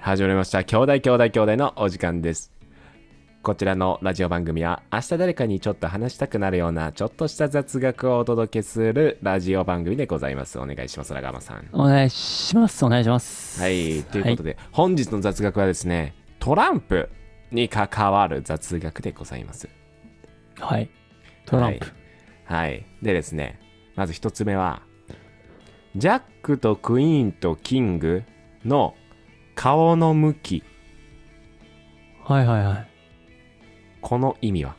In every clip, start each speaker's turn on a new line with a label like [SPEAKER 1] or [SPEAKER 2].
[SPEAKER 1] 始まりました兄弟兄弟兄弟のお時間ですこちらのラジオ番組は明日誰かにちょっと話したくなるようなちょっとした雑学をお届けするラジオ番組でございますお願いしますラガマさん
[SPEAKER 2] お願いします。お願いします。
[SPEAKER 1] はいということで、本日の雑学はですねトランプに関わる雑学でございます
[SPEAKER 2] はい。はい。トランプ。
[SPEAKER 1] はい、はいでですねまず一つ目はジャックとクイーンとキングの顔の向き
[SPEAKER 2] はい、はい、はい。
[SPEAKER 1] この意味は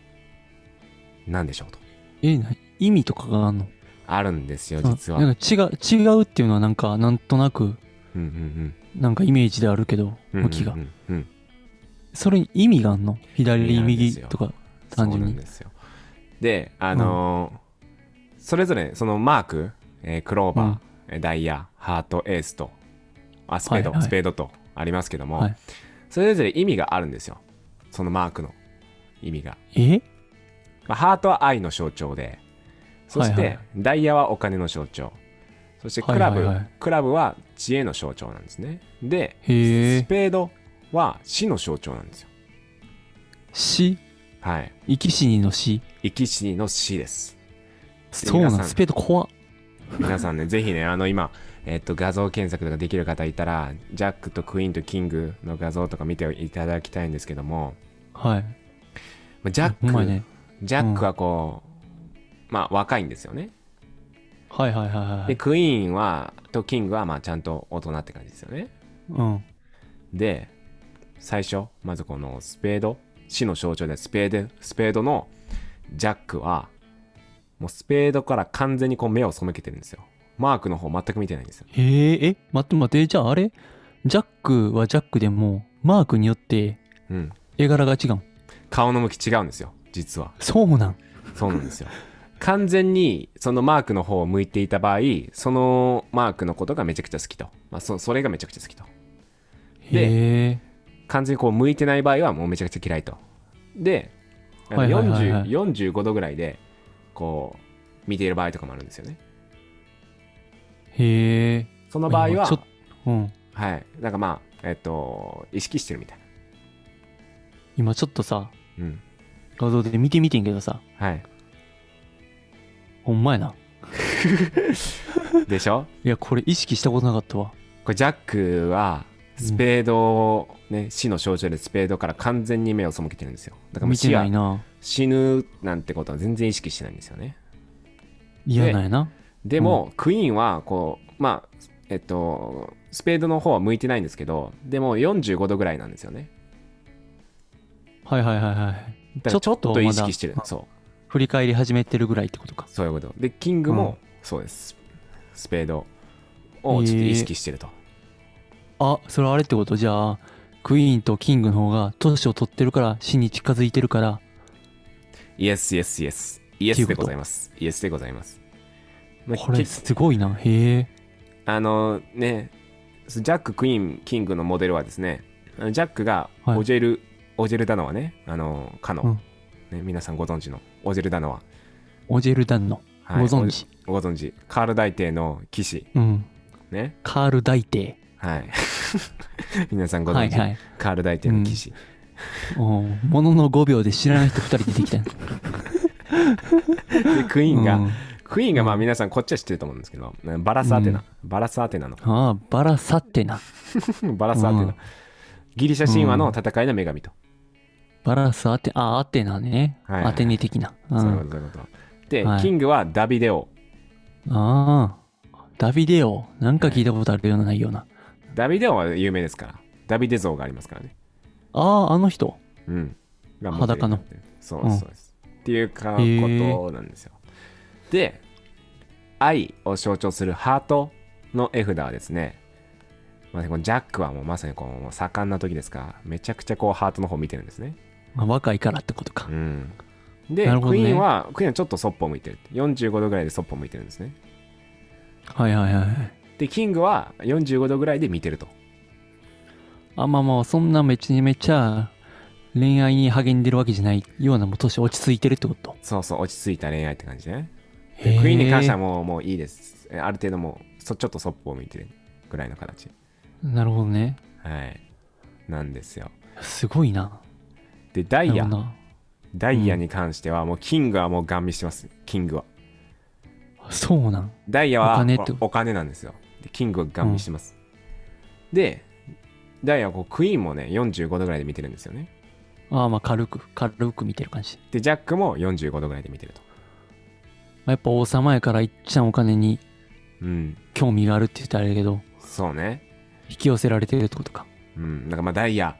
[SPEAKER 1] 何でしょうと
[SPEAKER 2] え、な意味とかがあんの
[SPEAKER 1] あるんですよ
[SPEAKER 2] あ
[SPEAKER 1] 実は、
[SPEAKER 2] なんか違う、違うっていうのはなんか、なんとなく、
[SPEAKER 1] うんうん
[SPEAKER 2] なんかイメージであるけど、
[SPEAKER 1] うん
[SPEAKER 2] 向きが。
[SPEAKER 1] うんうんうんうん
[SPEAKER 2] それに意味があんの
[SPEAKER 1] 意味
[SPEAKER 2] 左、
[SPEAKER 1] なんです
[SPEAKER 2] 右
[SPEAKER 1] よ
[SPEAKER 2] とか、
[SPEAKER 1] そう
[SPEAKER 2] 単純
[SPEAKER 1] なん
[SPEAKER 2] に。
[SPEAKER 1] ですよであのーそれぞれそのマーク、えークローバー、ダイヤハートエースとあスペード、
[SPEAKER 2] はいはい
[SPEAKER 1] スペードとありますけども、
[SPEAKER 2] はい
[SPEAKER 1] それぞれ意味があるんですよそのマークの意味が
[SPEAKER 2] え
[SPEAKER 1] まあ、ハートは愛の象徴でそして、
[SPEAKER 2] はいはい
[SPEAKER 1] ダイヤはお金の象徴そしてクラブ、
[SPEAKER 2] はいはいはい
[SPEAKER 1] クラブは知恵の象徴なんですねで
[SPEAKER 2] へ
[SPEAKER 1] ス
[SPEAKER 2] え。
[SPEAKER 1] ペードは死の象徴なんですよ
[SPEAKER 2] 死
[SPEAKER 1] はい
[SPEAKER 2] 生き死にの死。
[SPEAKER 1] 生き死の死です
[SPEAKER 2] そうな
[SPEAKER 1] 皆さ
[SPEAKER 2] の。
[SPEAKER 1] ん
[SPEAKER 2] スペード怖っ
[SPEAKER 1] 皆さん ねぜひねあの今、えっと画像検索とかできる方いたらジャックとクイーンとキングの画像とか見ていただきたいんですけども
[SPEAKER 2] はい。
[SPEAKER 1] まあジャッ
[SPEAKER 2] うま
[SPEAKER 1] ク、
[SPEAKER 2] いね。
[SPEAKER 1] ジャックはこう、まあ若いんですよね
[SPEAKER 2] はい、はい、はい、は
[SPEAKER 1] で
[SPEAKER 2] い。
[SPEAKER 1] クイーンはとキングはまあちゃんと大人って感じですよね
[SPEAKER 2] うん。
[SPEAKER 1] で最初まずこのスペード死の象徴でスペードスペードのジャックはもうスペードから完全にこう目を背けてるんですよマークの方全く見てないんですよ
[SPEAKER 2] へえ、え、待って待って、じゃああれジャックはジャックでも、マークによって
[SPEAKER 1] うん
[SPEAKER 2] 絵柄が違うん。
[SPEAKER 1] 顔の向き違うんですよ実は
[SPEAKER 2] そうなん。
[SPEAKER 1] そうなんですよ 完全にそのマークの方を向いていた場合そのマークのことがめちゃくちゃ好きと、まあ、そそれがめちゃくちゃ好きと
[SPEAKER 2] へえ。
[SPEAKER 1] 完全にこう向いてない場合はもうめちゃくちゃ嫌いとであの
[SPEAKER 2] はいはいはいはい
[SPEAKER 1] 40 45度ぐらいでこう見ている場合とかもあるんですよね
[SPEAKER 2] へえ。
[SPEAKER 1] その場合
[SPEAKER 2] いやちょ
[SPEAKER 1] は
[SPEAKER 2] っうん。
[SPEAKER 1] はいなんかまあえっと意識してるみたい
[SPEAKER 2] 今ちょっとさ、
[SPEAKER 1] なうん
[SPEAKER 2] 画像で見てみてんけどさ、
[SPEAKER 1] はい
[SPEAKER 2] ほんまやな。
[SPEAKER 1] でしょ
[SPEAKER 2] いや、これ意識したことなかったわ。
[SPEAKER 1] これジャックはスペードをね死の象徴でスペードから完全に目を背けてるんですよだからもう
[SPEAKER 2] 見て
[SPEAKER 1] 死
[SPEAKER 2] な
[SPEAKER 1] はい
[SPEAKER 2] な。
[SPEAKER 1] 死ぬなんてことは全然意識してないんですよね
[SPEAKER 2] 嫌なんやな。
[SPEAKER 1] でも、クイーンはこうまあえっとスペードの方は向いてないんですけどでも45度ぐらいなんですよね
[SPEAKER 2] はいはいはいはい。
[SPEAKER 1] だからちょっと意識してる
[SPEAKER 2] まだ
[SPEAKER 1] そう
[SPEAKER 2] 振り返り始めてるぐらいってことか。
[SPEAKER 1] そういうことでキングもそうです、スペードをちょっと意識してると、
[SPEAKER 2] あ、それあれってことじゃあ、クイーンとキングの方が年を取ってるから死に近づいてるから、
[SPEAKER 1] イエスイエスイエスイエ
[SPEAKER 2] ってい
[SPEAKER 1] ス
[SPEAKER 2] う
[SPEAKER 1] で
[SPEAKER 2] こと
[SPEAKER 1] ございますイエスでございます、まあ
[SPEAKER 2] これ
[SPEAKER 1] き
[SPEAKER 2] すごいな。へえ。
[SPEAKER 1] あのねジャッククイーンキングのモデルはですねあのジャックが
[SPEAKER 2] はい
[SPEAKER 1] オジェル、オジェルダノはねあのかの、
[SPEAKER 2] うん
[SPEAKER 1] ね、皆さんご存知のオジェルダノは、
[SPEAKER 2] オジェルダンの。
[SPEAKER 1] はい
[SPEAKER 2] ご存知。
[SPEAKER 1] ご存知カール大帝の騎士
[SPEAKER 2] うん。
[SPEAKER 1] ね
[SPEAKER 2] カール大帝。
[SPEAKER 1] はい 皆さんご
[SPEAKER 2] は
[SPEAKER 1] 存
[SPEAKER 2] い
[SPEAKER 1] 知、
[SPEAKER 2] はい。
[SPEAKER 1] カール大帝の騎士、
[SPEAKER 2] うんものの5秒で知らない人2人出てき たよ。
[SPEAKER 1] でクイーンが、
[SPEAKER 2] うん
[SPEAKER 1] クイーンがまあ皆さんこっちは知ってると思うんですけどバラスアテナ、バラスアテナの
[SPEAKER 2] ああ、バラサってな。
[SPEAKER 1] バラスアテナ、
[SPEAKER 2] うん
[SPEAKER 1] ギリシャ神話の戦いの女神と、
[SPEAKER 2] バラスアテ、あ、アテナね。
[SPEAKER 1] はいはいはい
[SPEAKER 2] アテネ的な。う
[SPEAKER 1] そういうこ
[SPEAKER 2] ん、
[SPEAKER 1] とそういうことで、
[SPEAKER 2] はい
[SPEAKER 1] キングはダビデオ
[SPEAKER 2] ああ、ダビデオ。なんか聞いたことあるような、ないような。
[SPEAKER 1] ダビデオは有名ですからダビデ像がありますからね
[SPEAKER 2] ああ、あの人。
[SPEAKER 1] うんがモデル
[SPEAKER 2] 裸の
[SPEAKER 1] そうですそうです、っていうか
[SPEAKER 2] へー
[SPEAKER 1] ことなんですよで愛を象徴するハートの絵札はですねまあねこのジャックはもうまさにこうもう盛んな時ですからめちゃくちゃこうハートの方見てるんですね
[SPEAKER 2] まあ、若いからってことか
[SPEAKER 1] う。ん、で、
[SPEAKER 2] なるほど
[SPEAKER 1] クイ
[SPEAKER 2] ね
[SPEAKER 1] ーンはクイーンはちょっとそっぽ向いてる45度ぐらいでそっぽ向いてるんですね
[SPEAKER 2] はいはいはいはい。
[SPEAKER 1] でキングは45度ぐらいで見てると
[SPEAKER 2] あまあまあ、そんなめちゃめちゃ恋愛に励んでるわけじゃないような、もう年落ち着いてるってこと。
[SPEAKER 1] そうそう落ち着いた恋愛って感じね
[SPEAKER 2] ク
[SPEAKER 1] でクイーンに関してはもうもういいですえある程度もうそちょっとそっぽを向いてるぐらいの形
[SPEAKER 2] なるほどね。
[SPEAKER 1] はいなんですよ
[SPEAKER 2] すごいな。
[SPEAKER 1] でダイヤ
[SPEAKER 2] なるほどな
[SPEAKER 1] ダイヤに関してはもうキングはもうガン見してますキングは
[SPEAKER 2] そうなん。
[SPEAKER 1] ダイヤは
[SPEAKER 2] お金って
[SPEAKER 1] おお金なんですよでキングはガン見してます、でダイヤはこうクイーンもね45度ぐらいで見てるんですよね
[SPEAKER 2] ああ、まあ軽く、軽く見てる感じ。
[SPEAKER 1] でジャックも45度ぐらいで見てると
[SPEAKER 2] まあ、やっぱ王様やからいっちゃんお金に
[SPEAKER 1] うん
[SPEAKER 2] 興味があるって言ったらあれやけど、
[SPEAKER 1] そうね
[SPEAKER 2] 引き寄せられてるってことか。
[SPEAKER 1] うんだからまあダイヤ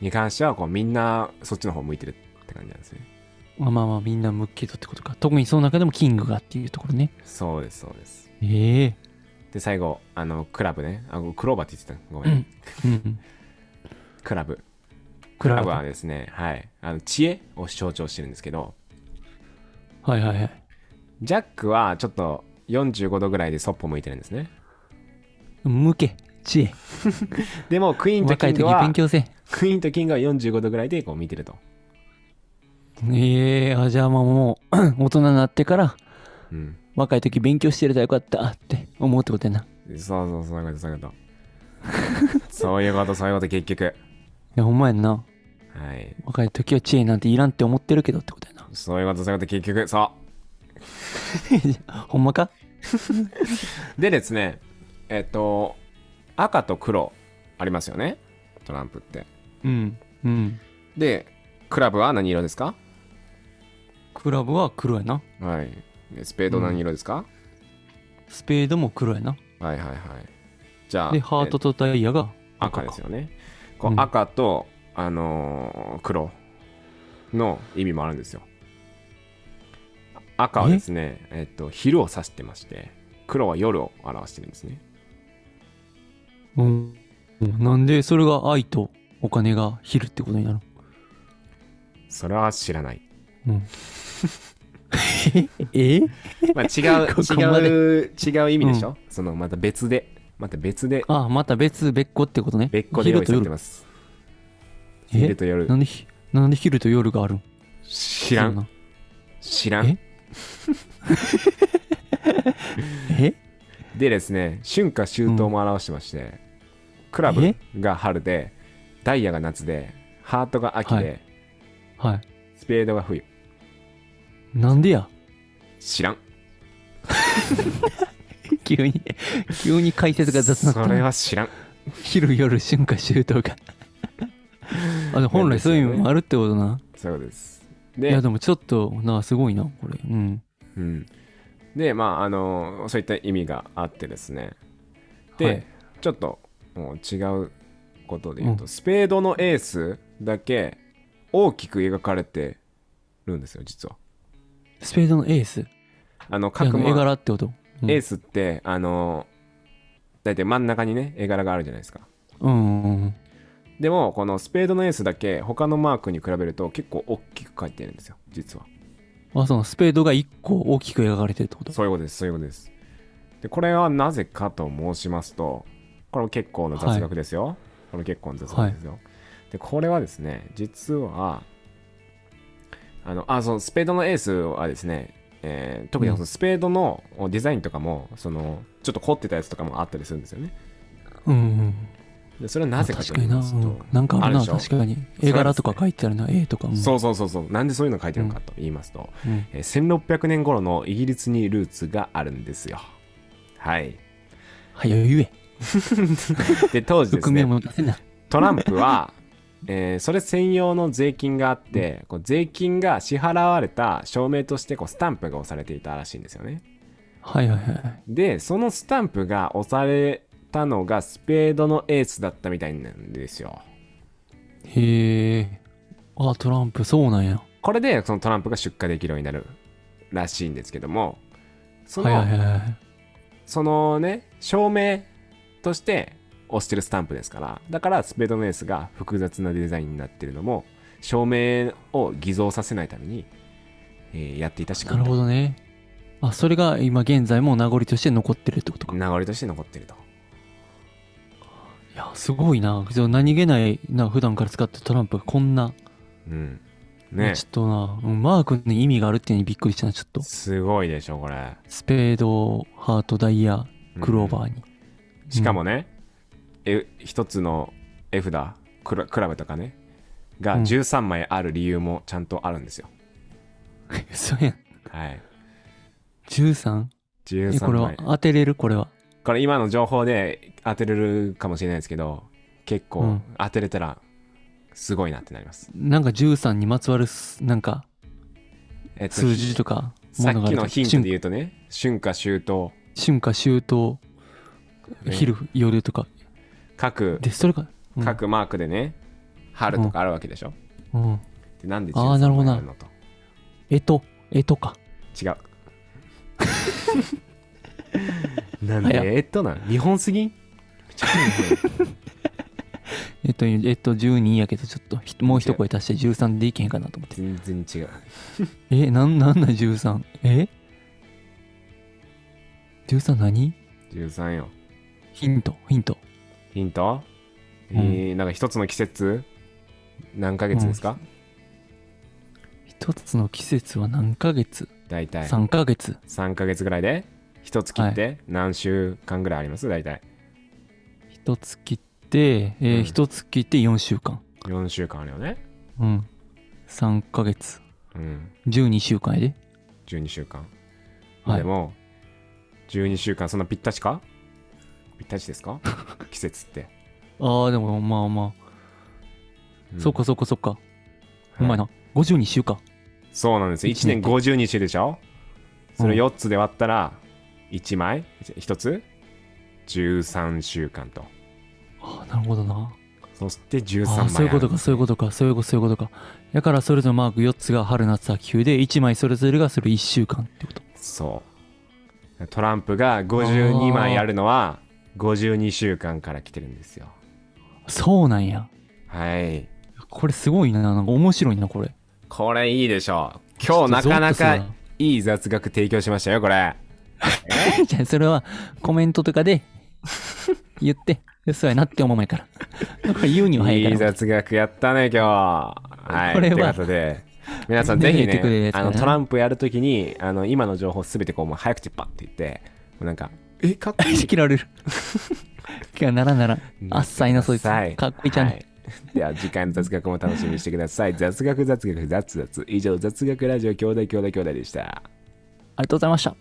[SPEAKER 1] に関してはこうみんなそっちの方向いてるって感じなんですね
[SPEAKER 2] まあまあまあみんな向けとってことか。特にその中でもキングがっていうところね。
[SPEAKER 1] そうですそうです
[SPEAKER 2] ええ
[SPEAKER 1] で最後あのクラブねあクローバーって言ってたごめ、
[SPEAKER 2] うんんうん。
[SPEAKER 1] クラブ
[SPEAKER 2] ク
[SPEAKER 1] ク
[SPEAKER 2] ラ
[SPEAKER 1] ラ
[SPEAKER 2] ブ。
[SPEAKER 1] ブは
[SPEAKER 2] はい
[SPEAKER 1] ですね、はい、あの知恵を象徴してるんですけど、
[SPEAKER 2] はいはい。
[SPEAKER 1] ジャックはちょっと45度ぐらいでそっぽ向いてるんですね。
[SPEAKER 2] 向け、知恵。
[SPEAKER 1] でも、クイーンと
[SPEAKER 2] 若
[SPEAKER 1] キ
[SPEAKER 2] い
[SPEAKER 1] ング
[SPEAKER 2] 時
[SPEAKER 1] は
[SPEAKER 2] 勉、強せえ。
[SPEAKER 1] クイーンとキングは45度ぐらいでこう見てると。
[SPEAKER 2] ええあ、じゃあまあもう、大 人になってから、
[SPEAKER 1] うん。
[SPEAKER 2] 若い時勉強してればよかったって思うってことやな。い
[SPEAKER 1] そうそう、そういうこと、そういうこと。 そういうこと、そういうこと、結局。
[SPEAKER 2] や、ほんまやんな。
[SPEAKER 1] はい。
[SPEAKER 2] 若い時は知恵なんていらんって思ってるけどってことやな。
[SPEAKER 1] そういうこと、そういうこと、結局、そ
[SPEAKER 2] ほんまか
[SPEAKER 1] う。でですね、えっと、赤と黒ありますよね。トランプって。
[SPEAKER 2] うん。うん。
[SPEAKER 1] で、クラブは何色ですか
[SPEAKER 2] クラブは黒やな。
[SPEAKER 1] はい。でスペード何色ですか、
[SPEAKER 2] スペードも黒やな。
[SPEAKER 1] はいはいはい。じゃあ、
[SPEAKER 2] で、ハートとダイヤが
[SPEAKER 1] え赤です
[SPEAKER 2] よ。
[SPEAKER 1] よね。こう
[SPEAKER 2] うん
[SPEAKER 1] 赤と、あのー黒の意味もあるんですよ。赤はですね、えっと、昼を指してまして、黒は夜を表してるんですね。
[SPEAKER 2] うん。なんでそれが愛とお金が昼ってことになる
[SPEAKER 1] それは知らない。
[SPEAKER 2] うん。え
[SPEAKER 1] まあ、違う
[SPEAKER 2] ここまで
[SPEAKER 1] 違う、違う意味でしょ、その、また別で、また別で、
[SPEAKER 2] あ、また別、別個ってことね。
[SPEAKER 1] 別個で用意されて
[SPEAKER 2] 昼
[SPEAKER 1] ます。
[SPEAKER 2] と夜
[SPEAKER 1] 昼と
[SPEAKER 2] え
[SPEAKER 1] 夜
[SPEAKER 2] な。んでひ、なんで昼と夜があるん
[SPEAKER 1] 知らん。。知らん
[SPEAKER 2] え。 え
[SPEAKER 1] でですね春夏秋冬も表してまして、クラブ
[SPEAKER 2] え
[SPEAKER 1] が春でダイヤが夏でハートが秋で、
[SPEAKER 2] はいはい。
[SPEAKER 1] スペードが冬
[SPEAKER 2] な んでや
[SPEAKER 1] 知らん
[SPEAKER 2] 急に、急に解説が雑なった
[SPEAKER 1] それは知らん
[SPEAKER 2] 昼夜春夏秋 冬があでも本来そういう意味もあるってことな、
[SPEAKER 1] そういうことです
[SPEAKER 2] いや
[SPEAKER 1] で,、
[SPEAKER 2] でもちょっとなすごいなこれうん
[SPEAKER 1] うん、でまああのそういった意味があってですねで、
[SPEAKER 2] はい
[SPEAKER 1] ちょっともう違うことで言うと、
[SPEAKER 2] う
[SPEAKER 1] スペードのエースだけ大きく描かれてるんですよ実は
[SPEAKER 2] スペードのエース
[SPEAKER 1] あの
[SPEAKER 2] あ
[SPEAKER 1] 各
[SPEAKER 2] の
[SPEAKER 1] まあ
[SPEAKER 2] 絵柄ってこと、うん
[SPEAKER 1] エースってあの大体真ん中にね絵柄があるじゃないですか
[SPEAKER 2] うんうんうん
[SPEAKER 1] でもこのスペードのエースだけ他のマークに比べると結構大きく書いてるんですよ実は
[SPEAKER 2] あそのスペードが1個大きく描かれてるってこと
[SPEAKER 1] そういうことですそういうことですでこれはなぜかと申しますとこれも結構な雑学ですよ、これ結構な雑学ですよ、でこれはですね実はあのあそのスペードのエースはですねえー特にそのスペードのデザインとかも、そのちょっと凝ってたやつとかもあったりするんですよね
[SPEAKER 2] うんうん
[SPEAKER 1] でそれはなぜ
[SPEAKER 2] あ
[SPEAKER 1] か
[SPEAKER 2] 確
[SPEAKER 1] と
[SPEAKER 2] か
[SPEAKER 1] 言
[SPEAKER 2] に
[SPEAKER 1] いま
[SPEAKER 2] な、
[SPEAKER 1] すと
[SPEAKER 2] うんなんかある
[SPEAKER 1] ある
[SPEAKER 2] な
[SPEAKER 1] でしょ
[SPEAKER 2] 確かに
[SPEAKER 1] すね
[SPEAKER 2] 絵柄とか書いてあるな絵とかも
[SPEAKER 1] そうそうそうそうなんでそういうの書いてるのかと言いますと、
[SPEAKER 2] うん、うん
[SPEAKER 1] えー1600年頃のイギリスにルーツがあるんですよはい
[SPEAKER 2] 早いゆえ
[SPEAKER 1] で当時です
[SPEAKER 2] 覆面
[SPEAKER 1] ね
[SPEAKER 2] も出せな
[SPEAKER 1] トランプは、えーそれ専用の税金があってこう税金が支払われた証明としてこうスタンプが押されていたらしいんですよね
[SPEAKER 2] はいはいはい
[SPEAKER 1] でそのスタンプが押されたのがスペードのエースだったみたいなんですよ
[SPEAKER 2] へえあトランプそうなんや
[SPEAKER 1] これでそのトランプが出荷できるようになるらしいんですけどもそ
[SPEAKER 2] はい
[SPEAKER 1] の
[SPEAKER 2] はいはいはい
[SPEAKER 1] そのね証明として押してるスタンプですからだからスペードのエースが複雑なデザインになってるのも証明を偽造させないために、えーやっていた仕
[SPEAKER 2] な
[SPEAKER 1] 組
[SPEAKER 2] る
[SPEAKER 1] み
[SPEAKER 2] ほどね。あ、それが今現在も名残として残ってるってことか。い
[SPEAKER 1] 名残として残ってると
[SPEAKER 2] や、すごいな。そう何気ないな、普段から使ってるトランプがこんな、
[SPEAKER 1] うんね
[SPEAKER 2] ちょっとな、うんマークに意味があるっていうのにびっくりしたな、ちょっと。
[SPEAKER 1] すごいでしょこれ
[SPEAKER 2] スペード、ハート、ダイヤ、クローバーに。
[SPEAKER 1] しかもね、え一つの絵札クラクラブとかねが
[SPEAKER 2] うん
[SPEAKER 1] 13枚ある理由もちゃんとあるんですよ、
[SPEAKER 2] そうやん。
[SPEAKER 1] はい
[SPEAKER 2] 13? え、
[SPEAKER 1] 13
[SPEAKER 2] これは
[SPEAKER 1] 枚
[SPEAKER 2] 当てれるこれは。
[SPEAKER 1] これ今の情報で当てれるかもしれないですけど結
[SPEAKER 2] う
[SPEAKER 1] 構
[SPEAKER 2] ん
[SPEAKER 1] 当てれたらすごいなってなります、
[SPEAKER 2] なんか13にまつわるす、なんか、
[SPEAKER 1] えっと
[SPEAKER 2] 数字とか、
[SPEAKER 1] さっ
[SPEAKER 2] があ
[SPEAKER 1] き
[SPEAKER 2] る
[SPEAKER 1] の
[SPEAKER 2] と
[SPEAKER 1] ヒントで言うとね春夏秋冬
[SPEAKER 2] 春夏秋冬、
[SPEAKER 1] ね
[SPEAKER 2] 昼、夜とか。
[SPEAKER 1] 各
[SPEAKER 2] で、それが。うん、
[SPEAKER 1] 各マークでね春とかあるわけでしょ、
[SPEAKER 2] うん。
[SPEAKER 1] でなんで
[SPEAKER 2] あーなるほ
[SPEAKER 1] 13
[SPEAKER 2] どな
[SPEAKER 1] 枚あるのと
[SPEAKER 2] えと、えとか。
[SPEAKER 1] 違 うなんで
[SPEAKER 2] はや
[SPEAKER 1] えっとなん日本すぎんめちゃくちゃ日本
[SPEAKER 2] えっと、えっと、12やけど、ちょっとひ、もう一声足して13でいけへんかなと思って。
[SPEAKER 1] 全然違う
[SPEAKER 2] え、なん、なんだ13。え ?13 何
[SPEAKER 1] 13よ
[SPEAKER 2] ヒント、ヒント。
[SPEAKER 1] ヒント、
[SPEAKER 2] うん
[SPEAKER 1] えーなんか一つの季節何ヶ月ですか、
[SPEAKER 2] 一つの季節は何ヶ月、
[SPEAKER 1] 大体
[SPEAKER 2] ?3 ヶ月。
[SPEAKER 1] 3ヶ月ぐらいで一月って何週間ぐらいあります大体
[SPEAKER 2] 一月って、え
[SPEAKER 1] う
[SPEAKER 2] ー、
[SPEAKER 1] ん
[SPEAKER 2] 一月って4週間。
[SPEAKER 1] 4週間あるよね
[SPEAKER 2] うん。3ヶ月。
[SPEAKER 1] うん
[SPEAKER 2] 12週間やで。
[SPEAKER 1] 12週間、
[SPEAKER 2] はい
[SPEAKER 1] でも12週間そんなぴったしかぴったしです か季節って、
[SPEAKER 2] ああ、でもまあまあ。
[SPEAKER 1] うん
[SPEAKER 2] そっかそっかそっか。
[SPEAKER 1] は
[SPEAKER 2] う
[SPEAKER 1] い
[SPEAKER 2] まいな。52週間。
[SPEAKER 1] そうなんです1年52週でしょそれ4つで割ったら1枚1つ13週間と
[SPEAKER 2] ああ、なるほどな。
[SPEAKER 1] そして13
[SPEAKER 2] あ
[SPEAKER 1] 枚
[SPEAKER 2] あ、そういうことか、そういうことか、そういうこと、そういうことか。だからそれぞれマーク4つが春夏秋冬で、1枚それぞれがそれ1週間ってこと。
[SPEAKER 1] そうトランプが52枚あるのは52週間から来てるんですよ
[SPEAKER 2] そうなんや。
[SPEAKER 1] はい
[SPEAKER 2] これすごいな。なんか面白いな、これ。
[SPEAKER 1] これいいでしょう今日なかな
[SPEAKER 2] ちょっとゾッとする
[SPEAKER 1] か
[SPEAKER 2] ない
[SPEAKER 1] い雑学提供しましたよこれ
[SPEAKER 2] じゃあそれはコメントとかで言って、そうやなって思う前から。 これ言うには早い
[SPEAKER 1] い
[SPEAKER 2] か
[SPEAKER 1] い
[SPEAKER 2] ら。
[SPEAKER 1] 雑学やったね、今日。はい。
[SPEAKER 2] これは
[SPEAKER 1] ということで、皆さんぜひ
[SPEAKER 2] みんなで言ってくれる
[SPEAKER 1] ね
[SPEAKER 2] や、つ
[SPEAKER 1] あ
[SPEAKER 2] だね
[SPEAKER 1] のトランプやるときに、あの今の情報すべてこう、もう早口パッて言って、もうなんか、え、かっこいい。
[SPEAKER 2] 仕切られる。いやならんな らん。あっさいな、そいつ。
[SPEAKER 1] は
[SPEAKER 2] かっこいいじゃん。
[SPEAKER 1] はいでは、次回の雑学も楽しみにしてください。雑学、雑学、雑雑。以上、雑学ラジオ、兄弟、兄弟、兄弟でした。
[SPEAKER 2] ありがとうございました。